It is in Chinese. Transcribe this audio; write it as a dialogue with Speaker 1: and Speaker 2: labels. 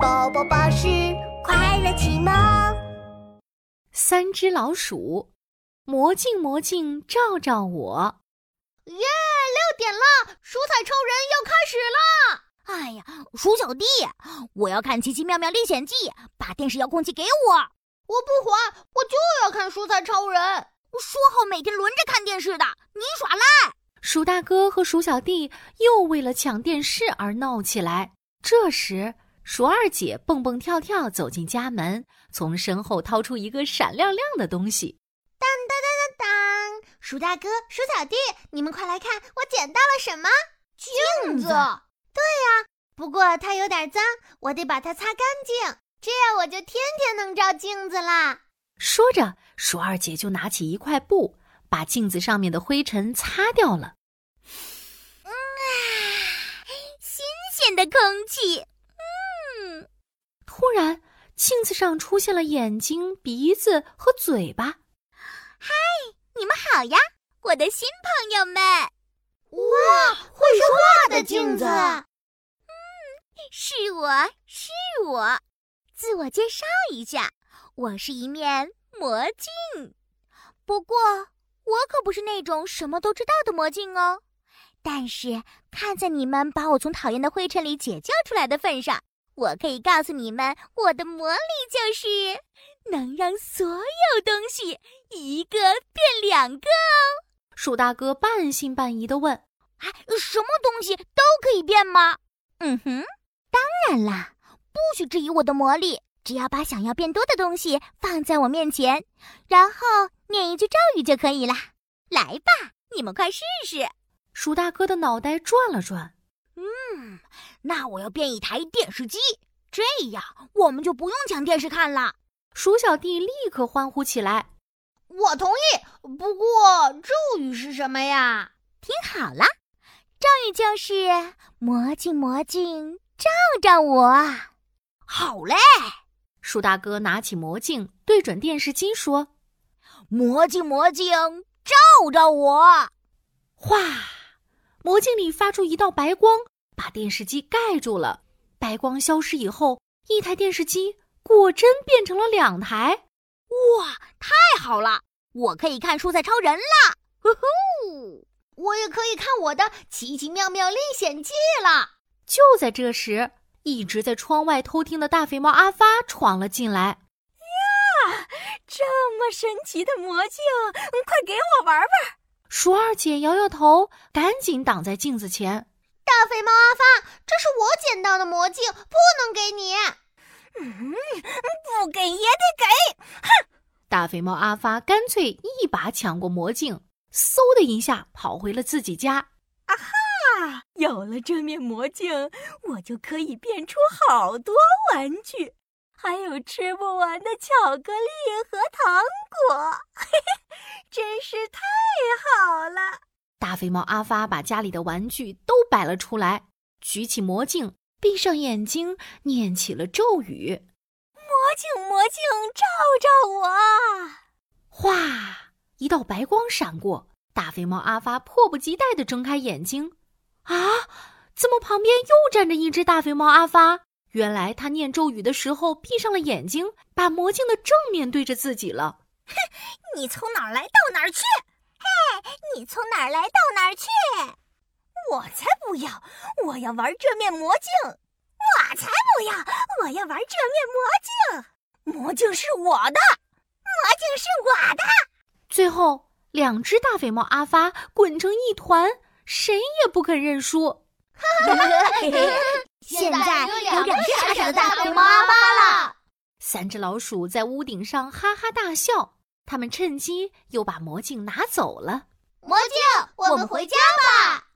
Speaker 1: 宝宝巴士快乐启蒙。
Speaker 2: 三只老鼠，魔镜魔镜照照我。
Speaker 3: 耶，六点了，蔬菜超人要开始啦！
Speaker 4: 哎呀，鼠小弟，我要看《奇奇妙妙历险记》，把电视遥控器给我。
Speaker 3: 我不还，我就要看蔬菜超人。
Speaker 4: 说好每天轮着看电视的，你耍赖！
Speaker 2: 鼠大哥和鼠小弟又为了抢电视而闹起来。这时，鼠二姐蹦蹦跳跳走进家门，从身后掏出一个闪亮亮的东西。
Speaker 3: 当当当当当！鼠大哥、鼠小弟，你们快来看，我捡到了什么？
Speaker 4: 镜子。
Speaker 3: 对呀、啊，不过它有点脏，我得把它擦干净，这样我就天天能照镜子啦。
Speaker 2: 说着，鼠二姐就拿起一块布，把镜子上面的灰尘擦掉了。
Speaker 4: 嗯啊，新鲜的空气。嗯，
Speaker 2: 突然，镜子上出现了眼睛、鼻子和嘴巴。
Speaker 4: 嗨，你们好呀，我的新朋友们！
Speaker 3: 哇，会说话的镜子。
Speaker 4: 嗯，是我是我，自我介绍一下。我是一面魔镜，不过我可不是那种什么都知道的魔镜哦。但是看在你们把我从讨厌的灰尘里解救出来的份上，我可以告诉你们，我的魔力就是能让所有东西一个变两个哦。
Speaker 2: 鼠大哥半信半疑的问：“
Speaker 4: 哎，什么东西都可以变吗？”“嗯哼，当然啦，不许质疑我的魔力。”只要把想要变多的东西放在我面前，然后念一句咒语就可以啦。来吧，你们快试试！
Speaker 2: 鼠大哥的脑袋转了转，
Speaker 4: 嗯，那我要变一台电视机，这样我们就不用抢电视看了。
Speaker 2: 鼠小弟立刻欢呼起来：“
Speaker 3: 我同意！不过咒语是什么呀？”
Speaker 4: 听好了，咒语就是“魔镜魔镜照照我”。好嘞！
Speaker 2: 鼠大哥拿起魔镜，对准电视机说：“
Speaker 4: 魔镜，魔镜，照照我！”
Speaker 2: 哗，魔镜里发出一道白光，把电视机盖住了。白光消失以后，一台电视机果真变成了两台。
Speaker 4: 哇，太好了！我可以看《蔬菜超人》啦！呼
Speaker 3: 呼，我也可以看我的《奇奇妙妙历险记》啦！
Speaker 2: 就在这时。一直在窗外偷听的大肥猫阿发闯了进来。
Speaker 5: 呀，这么神奇的魔镜，嗯快给我玩玩！
Speaker 2: 鼠二姐摇摇头，赶紧挡在镜子前。
Speaker 3: 大肥猫阿发，这是我捡到的魔镜，不能给你。
Speaker 5: 嗯，不给也得给！哼！
Speaker 2: 大肥猫阿发干脆一把抢过魔镜，嗖的一下跑回了自己家。
Speaker 5: 啊哈！有了这面魔镜，我就可以变出好多玩具，还有吃不完的巧克力和糖果， 嘿嘿，真是太好了！
Speaker 2: 大肥猫阿发把家里的玩具都摆了出来，举起魔镜，闭上眼睛，念起了咒语：“
Speaker 5: 魔镜，魔镜，照照我！”
Speaker 2: 哗，一道白光闪过，大肥猫阿发迫不及待地睁开眼睛。啊！怎么旁边又站着一只大肥猫阿发？原来他念咒语的时候闭上了眼睛，把魔镜的正面对着自己了。
Speaker 4: 哼！你从哪儿来到哪儿去！
Speaker 5: 嘿，你从哪儿来到哪儿去！我才不要！我要玩这面魔镜！我才不要！我要玩这面魔镜！魔镜是我的！魔镜是我的！
Speaker 2: 最后，两只大肥猫阿发滚成一团。谁也不肯认输。
Speaker 4: 现在有两只傻傻的大肥猫阿发了。
Speaker 2: 三只老鼠在屋顶上哈哈大笑，他们趁机又把魔镜拿走了。
Speaker 1: 魔镜，我们回家吧。